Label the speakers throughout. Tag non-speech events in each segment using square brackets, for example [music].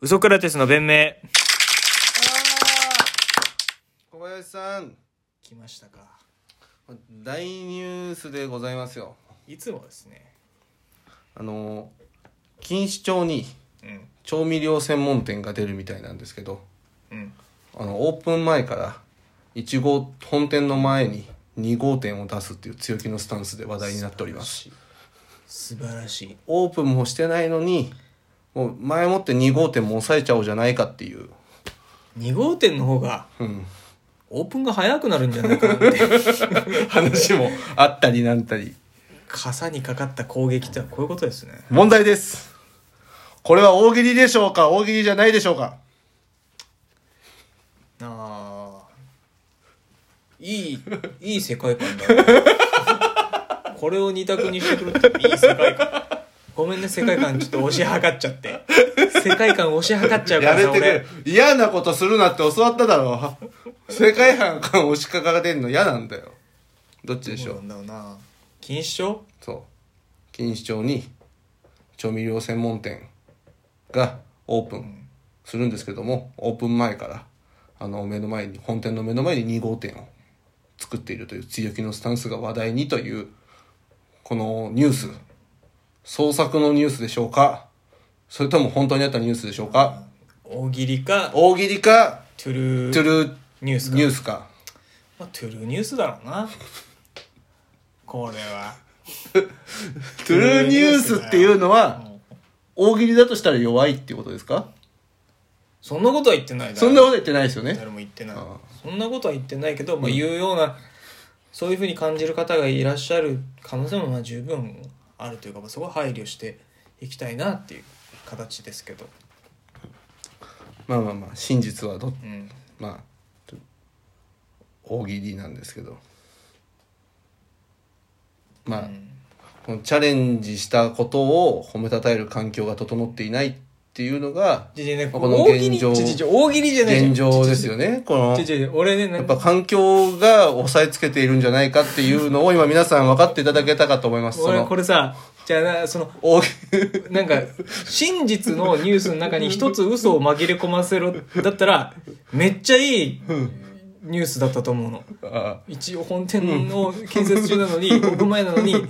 Speaker 1: ウソクラテスの弁明
Speaker 2: 小林さん
Speaker 1: 来ましたか
Speaker 2: 大ニュースでございますよ
Speaker 1: いつもですね
Speaker 2: あの錦糸町に
Speaker 1: うん
Speaker 2: 調味料専門店が出るみたいなんですけど
Speaker 1: うん
Speaker 2: あのオープン前から1号本店の前に2号店を出すっていう強気のスタンスで話題になっております
Speaker 1: 素晴らしい
Speaker 2: オープンもしてないのにもう前もって2号店も抑えちゃおうじゃないかっていう
Speaker 1: 2号店の方が
Speaker 2: うん
Speaker 1: オープンが早くなるんじゃないかなって [laughs]
Speaker 2: 話もあったりなんたり
Speaker 1: 傘にかかった攻撃ってのはこういうことですね
Speaker 2: 問題ですこれは大喜利でしょうか大喜利じゃないでしょうか
Speaker 1: あーいいいい世界観だ [laughs] これを二択にしてくるっていい世界観ごめんね世界観ちょっと押し量っちゃって世界観押し量っちゃうか
Speaker 2: や
Speaker 1: ら
Speaker 2: め
Speaker 1: さ
Speaker 2: てくれ
Speaker 1: 俺
Speaker 2: 嫌なことするなって教わっただろ世界観から押しかかれるの嫌なんだよどっちでしょ
Speaker 1: そうな
Speaker 2: う
Speaker 1: んだろうな錦糸町
Speaker 2: そう錦糸町に調味料専門店がオープンするんですけどもオープン前からあの目の前に本店の目の前に2号店を作っているという強気のスタンスが話題にというこのニュース創作のニュースでしょうかそれとも本当にあったニュースでしょうか
Speaker 1: 大喜利か
Speaker 2: 大喜利か
Speaker 1: トゥルー
Speaker 2: トゥルー
Speaker 1: ニュースか
Speaker 2: ニュースか
Speaker 1: まあ、トゥルーニュースだろうなこれは
Speaker 2: トゥルーニュースっていうのは大喜利だとしたら弱いっていうことですか
Speaker 1: そんなことは言ってないだろ
Speaker 2: そんなこと言ってないですよね
Speaker 1: 誰も言ってない
Speaker 2: ああ
Speaker 1: そんなことは言ってないけど、まあ、言うような、そういうふうに感じる方がいらっしゃる可能性もまあ十分あるというか、まあ、そこは配慮していきたいなっていう形ですけど、
Speaker 2: まあまあまあ真実はど
Speaker 1: うん、
Speaker 2: まあちょ大喜利なんですけどまあ、このチャレンジしたことを褒めたたえる環境が整っていないっていうのが
Speaker 1: じゃじゃね、
Speaker 2: この
Speaker 1: 大喜利
Speaker 2: 現状
Speaker 1: ちょちょちょ大喜利じゃないじゃん
Speaker 2: 現状ですよねこの
Speaker 1: ちょちょちょ俺ね
Speaker 2: や
Speaker 1: な
Speaker 2: っぱ環境が押さえつけているんじゃないかっていうのを今皆さん分かっていただけたかと思いますそ
Speaker 1: 俺
Speaker 2: の
Speaker 1: これさじゃあなその
Speaker 2: 大喜
Speaker 1: なんか、真実のニュースの中に一つ嘘を紛れ込ませろ、だったら、めっちゃいいニュースだったと思うの。
Speaker 2: あ
Speaker 1: 一応本店の建設中なのに、5分前なのに、もう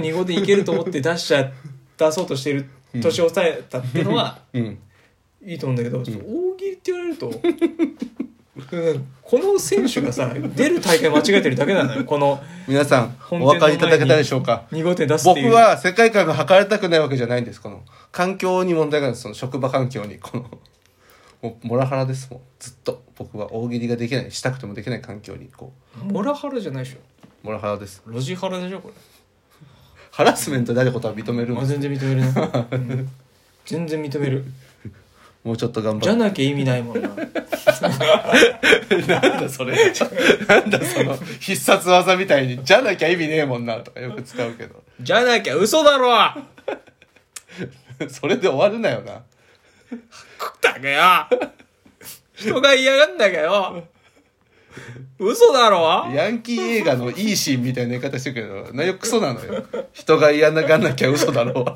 Speaker 1: 2号店いけると思って出しちゃ、出そうとしてる、年を抑えたっていうのは、
Speaker 2: うん
Speaker 1: いいと思うんだけど、大喜利って言われると、この選手がさ、出る大会間違えてるだけなのよ、この
Speaker 2: 皆さん
Speaker 1: 本
Speaker 2: お分
Speaker 1: 店の前
Speaker 2: か
Speaker 1: に
Speaker 2: りいただけたでしょうか
Speaker 1: 2号店出すって
Speaker 2: 僕
Speaker 1: いう。
Speaker 2: は世界観が測られたくないわけじゃないんですこの環境に問題があるんですその職場環境にこのもうモラハラですもんずっと僕は大喜利ができないしたくてもできない環境にこ
Speaker 1: モラハラじゃないでしょ。
Speaker 2: うモラハラです
Speaker 1: ロジハラでしょ、これ。
Speaker 2: ハラスメントであることは認めるん
Speaker 1: あ
Speaker 2: です
Speaker 1: 全然認めるね、うん [laughs] 全然認める
Speaker 2: もうちょっと頑
Speaker 1: じゃ
Speaker 2: 張
Speaker 1: なきゃ意味ないもんな
Speaker 2: って [laughs] なんだそれなんだその必殺技みたいにじゃなきゃ意味ねえもんなとかよく使うけど
Speaker 1: [laughs] じゃなきゃ嘘だろ
Speaker 2: それで終わるなよな
Speaker 1: ったくよ人が嫌がんだけど嘘だろ
Speaker 2: ヤンキー映画のいいシーンみたいな言い方してるけど、内容クソなのよ。人が嫌がんなきゃ嘘だろう。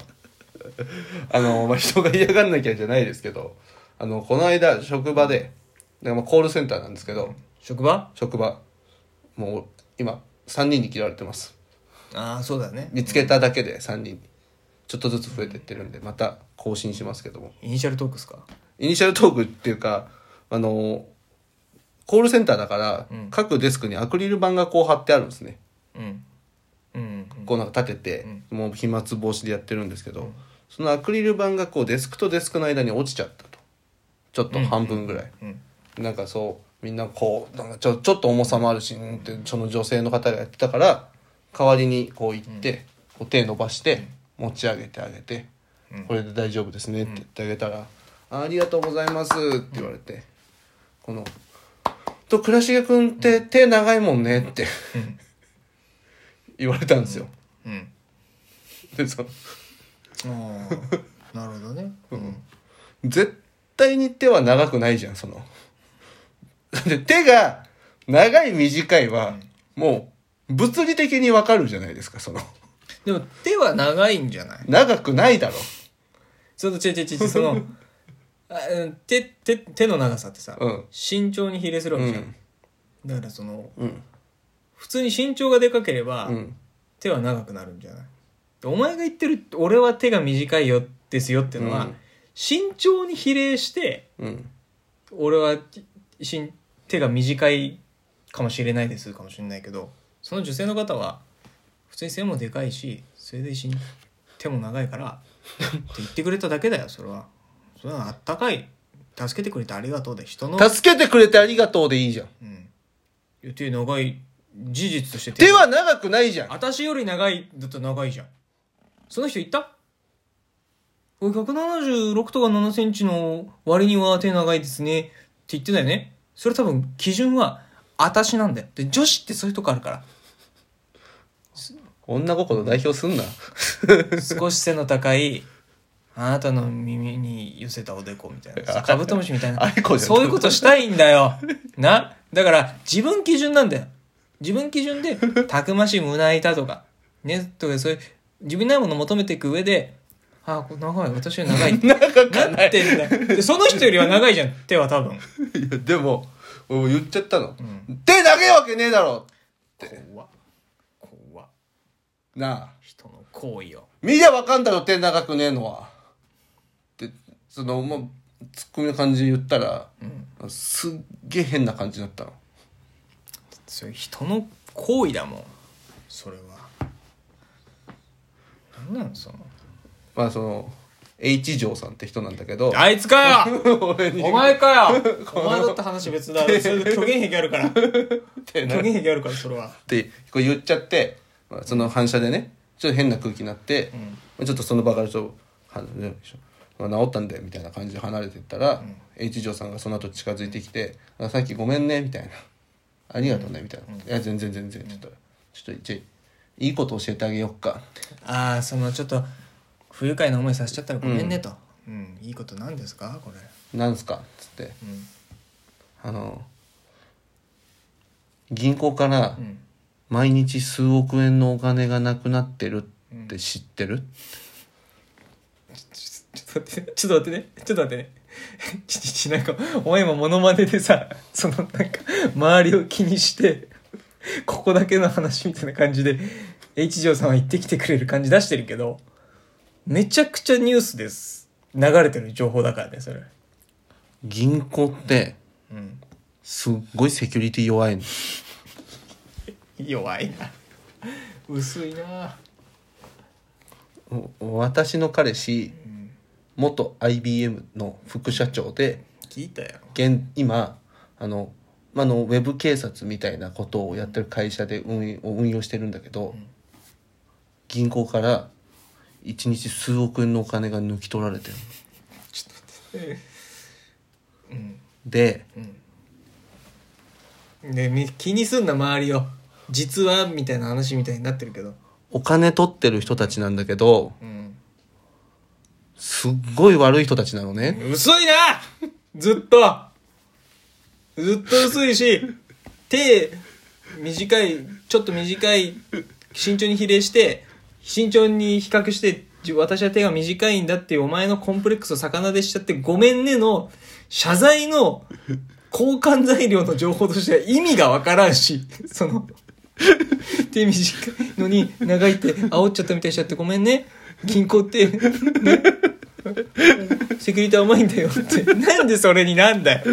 Speaker 2: あの、まあ、人が嫌がんなきゃじゃないですけど、あの、この間、職場で、でまあ、コールセンターなんですけど、
Speaker 1: 職場
Speaker 2: 職場、もう、今、3人に嫌われてます。
Speaker 1: ああそうだね
Speaker 2: 見つけただけで3人に。ちょっとずつ増えてってるんで、また更新しますけども。
Speaker 1: イニシャルトークスか
Speaker 2: イニシャルトークっていうか、あの、コールセンターだから、
Speaker 1: ん
Speaker 2: 各デスクにアクリル板がこう貼ってあるんですね。
Speaker 1: うんうん
Speaker 2: こうなんか立てて、もう飛沫防止でやってるんですけど、そのアクリル板がこうデスクとデスクの間に落ちちゃったとちょっと半分ぐらい、
Speaker 1: うん
Speaker 2: なんかそうみんなこうなんかちょちょっと重さもあるしうんってその女性の方がやってたから代わりにこう行って、こう手伸ばして持ち上げてあげて、これで大丈夫ですねって言ってあげたら「ありがとうございます」って言われて、この「と倉重君って手長いもんね」って言われたんですよ。
Speaker 1: うん
Speaker 2: でその
Speaker 1: ああなるほどね、うん、
Speaker 2: 絶対に手は長くないじゃんその [laughs] で手が長い短いはもう物理的にわかるじゃないですかその
Speaker 1: でも手は長いんじゃない
Speaker 2: 長くないだろ
Speaker 1: その違う違う違うそのああうん手手手の長さってさ、
Speaker 2: うん
Speaker 1: 慎重に比例するわ
Speaker 2: う
Speaker 1: けじゃん、
Speaker 2: ん
Speaker 1: だからその
Speaker 2: うん
Speaker 1: 普通に身長がでかければ、
Speaker 2: うん
Speaker 1: 手は長くなるんじゃないでお前が言ってる俺は手が短いよですよっていうのは、
Speaker 2: うん
Speaker 1: 慎重に比例して
Speaker 2: うん
Speaker 1: 俺はしん手が短いかもしれないですかもしれないけどその女性の方は普通に背もでかいしそれでしん手も長いからって言ってくれただけだよそれはそれはあったかい助けてくれてありがとうで人の、
Speaker 2: 助けてくれてありがとうでいいじゃん
Speaker 1: うん、手長い事実として
Speaker 2: 手は長くないじゃん
Speaker 1: 私より長いだと長いじゃんその人言ったおい176とか7センチの割には手長いですねって言ってたよねそれ多分基準は私なんだよで女子ってそういうとこあるか
Speaker 2: 女心代表す [laughs] んな
Speaker 1: ら少し背の高いあなたの耳に寄せたおでこみたいなカブトムシみたいな
Speaker 2: あれこじゃん
Speaker 1: そういうことしたいんだよなだから自分基準なんだよ自分基準でたくましい胸板とかねとかそういう自分にないものを求めていく上であこれ長い私より長い
Speaker 2: [laughs] 長く
Speaker 1: なってんだよでその人よりは長いじゃん手は多分
Speaker 2: いやでも俺も言っちゃったの、
Speaker 1: ん
Speaker 2: 手投げるわけねえだろ
Speaker 1: 怖っ怖っ
Speaker 2: なあ
Speaker 1: 人の行為を
Speaker 2: 見りゃわかんだろ手長くねえのはってそのまあツッコミの感じで言ったら、すっげえ変な感じだったの
Speaker 1: それ人の行為だもんそれはなんなんその
Speaker 2: まあその H 城さんって人なんだけど
Speaker 1: あいつか [laughs] よ
Speaker 2: [laughs] 俺に
Speaker 1: お前かよ [laughs] お前だって話別だ [laughs] それで虚言癖ある [laughs] から
Speaker 2: 手長
Speaker 1: 虚
Speaker 2: い
Speaker 1: 言
Speaker 2: っ
Speaker 1: 癖あるからそれは
Speaker 2: てこう言っちゃって、まあ、その反射でねちょっと変な空気になって、ちょっとその場からちょっと離れるでしょ、まあ、治ったんだよみたいな感じで離れていったら、H 城さんがその後近づいてきて「あさっきごめんね」みたいな「ありがとうね」みたいな「いや全然全然」って言ったら「ちょっとじゃあいいこと教えてあげよっか」って
Speaker 1: ああそのちょっと不愉快な思いさせちゃったらごめんねと、うんいいことなんですかこれ
Speaker 2: 「なんすか?」っつって
Speaker 1: うん
Speaker 2: 「あの銀行から
Speaker 1: うん
Speaker 2: 毎日数億円のお金がなくなってるって知ってる?」
Speaker 1: ちょっと待ってちょっと待ってねちょっと待ってねちちちなんかお前今モノマネでさそのなんか周りを気にしてここだけの話みたいな感じで H 城さんは言ってきてくれる感じ出してるけどめちゃくちゃニュースです流れてる情報だからねそれ
Speaker 2: 銀行って
Speaker 1: うん
Speaker 2: すっごいセキュリティ弱いの
Speaker 1: 弱いな薄いな
Speaker 2: お私の彼氏元 IBM の副社長で
Speaker 1: 聞いたよ
Speaker 2: 現今あの,、まあ、あのウェブ警察みたいなことをやってる会社で運営を運用してるんだけど、銀行から1日数億円のお金が抜き取られてる
Speaker 1: うん
Speaker 2: で
Speaker 1: ねみ気にすんな周りを実はみたいな話みたいになってるけど
Speaker 2: お金取ってる人たちなんだけど
Speaker 1: うん
Speaker 2: すっごい悪い人たちなのね
Speaker 1: 薄いなずっとずっと薄いし手短いちょっと短い慎重に比例して慎重に比較してじ私は手が短いんだっていうお前のコンプレックスを逆なでしちゃってごめんねの謝罪の交換材料の情報としては意味がわからんしその手短いのに長いって煽っちゃったみたいにしちゃってごめんね銀行ってセキュリティ甘いんだよって。なんでそれになんだよ。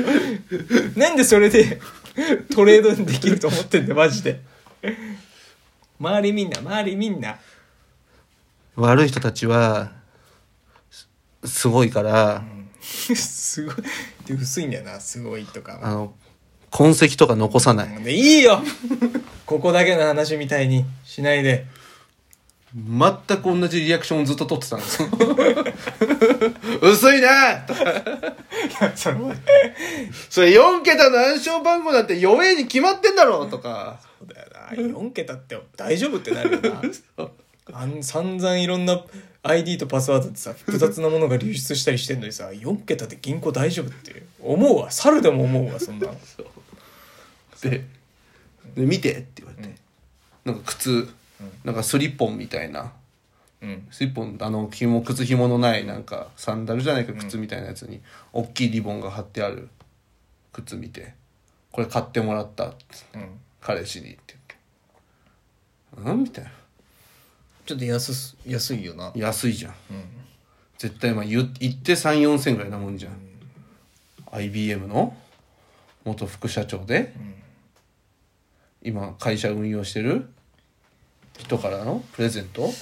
Speaker 1: なんでそれでトレードできると思ってんだよ、マジで。周りみんな、周りみんな。
Speaker 2: 悪い人たちはすすごいから、
Speaker 1: すごい。で、薄いんだよな、すごいとか
Speaker 2: あ
Speaker 1: は。
Speaker 2: の痕跡とか残さない
Speaker 1: でいいよここだけの話みたいにしないで。
Speaker 2: 全く同じリアクションをずっと取ってたんです [laughs] 薄いなとか
Speaker 1: いや、それは
Speaker 2: それ4桁の暗証番号なんて弱えに決まってんだろとか
Speaker 1: そうだよな。4桁って大丈夫ってなるよ
Speaker 2: [laughs]
Speaker 1: な。あん散々いろんな ID とパスワードってさ複雑なものが流出したりしてんのにさ4桁で銀行大丈夫って思うわ猿でも思うわそんなの
Speaker 2: でで見てって言われて、なんか靴、なんかスリッポンみたいな
Speaker 1: うん
Speaker 2: 一本あの紐靴紐のないなんかサンダルじゃないか靴みたいなやつに大きいリボンが貼ってある靴見て「これ買ってもらった」
Speaker 1: うん
Speaker 2: 彼氏に」って言って「うん?」みたいな
Speaker 1: ちょっと安す安いよな
Speaker 2: 安いじゃん、絶対まあ言言って34千ぐらいなもんじゃん、IBM の元副社長で、今会社運用してる人からのプレゼント、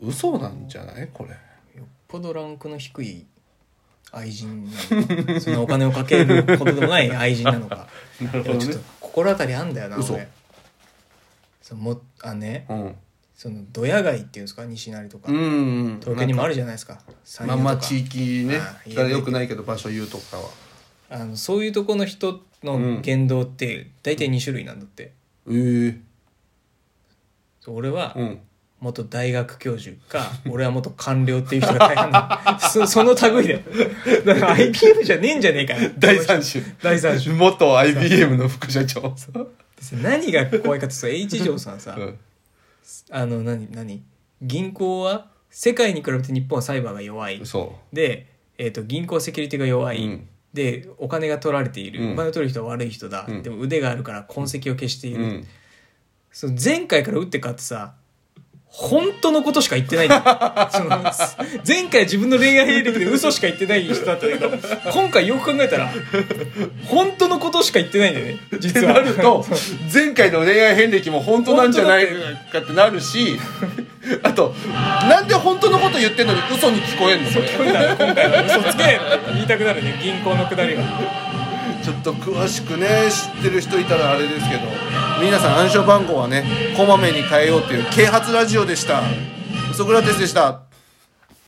Speaker 2: 嘘なんじゃないこれ
Speaker 1: よっぽどランクの低い愛人なのかそんなお金をかけるほどでも
Speaker 2: [laughs]
Speaker 1: ない愛人なのか
Speaker 2: なる
Speaker 1: でもちょっと心当たりあんだよな
Speaker 2: 嘘
Speaker 1: 俺そのもあね
Speaker 2: うん
Speaker 1: そのドヤ街っていうんですか西成とか、
Speaker 2: うんうん
Speaker 1: 東京にもあるじゃないですか山
Speaker 2: ま
Speaker 1: 陽と
Speaker 2: あまあ
Speaker 1: か
Speaker 2: 地域ね
Speaker 1: ああ
Speaker 2: だからよくないけど場所言うとかは
Speaker 1: あのそういうとこの人の言動って大体2種類なんだって、
Speaker 2: ええー、
Speaker 1: そう俺は
Speaker 2: うん
Speaker 1: 元大学教授か [laughs] 俺は元官僚っていう人が大半だ
Speaker 2: [laughs]
Speaker 1: そその類だよだから IBM じゃねえんじゃねえかよ
Speaker 2: 第三種
Speaker 1: 第三種
Speaker 2: [laughs] 元 IBM の副社長
Speaker 1: 何が怖いかってさ H 城さんさ、
Speaker 2: うん
Speaker 1: あの何何銀行は世界に比べて日本はサイバーが弱い
Speaker 2: そ
Speaker 1: で、えー、と銀行セキュリティが弱
Speaker 2: う
Speaker 1: い、
Speaker 2: うん
Speaker 1: でお金が取られている、
Speaker 2: うん
Speaker 1: お金を取る人は悪い人だ、
Speaker 2: うん
Speaker 1: でも腕があるから痕跡を消している、
Speaker 2: [laughs] うん
Speaker 1: その前回から打って変わってさ本当のことしか言って
Speaker 2: [laughs]
Speaker 1: ないんだよその前回自分の恋愛経歴で嘘しか言ってない人だったんだけど今回よく考えたら本当のことしか言ってないんだよね実は
Speaker 2: な
Speaker 1: [laughs]
Speaker 2: ると前回の恋愛遍歴も本当なんじゃないかってなる [laughs] しあとなんで本当のこと言ってんのに嘘に聞こえんのこれ
Speaker 1: 今回は嘘つけって言いたくなるね銀行のくだりが
Speaker 2: ちょっと詳しくね知ってる人いたらあれですけど皆さん暗証番号はねこまめに変えようという啓発ラジオでしたソクラテスでした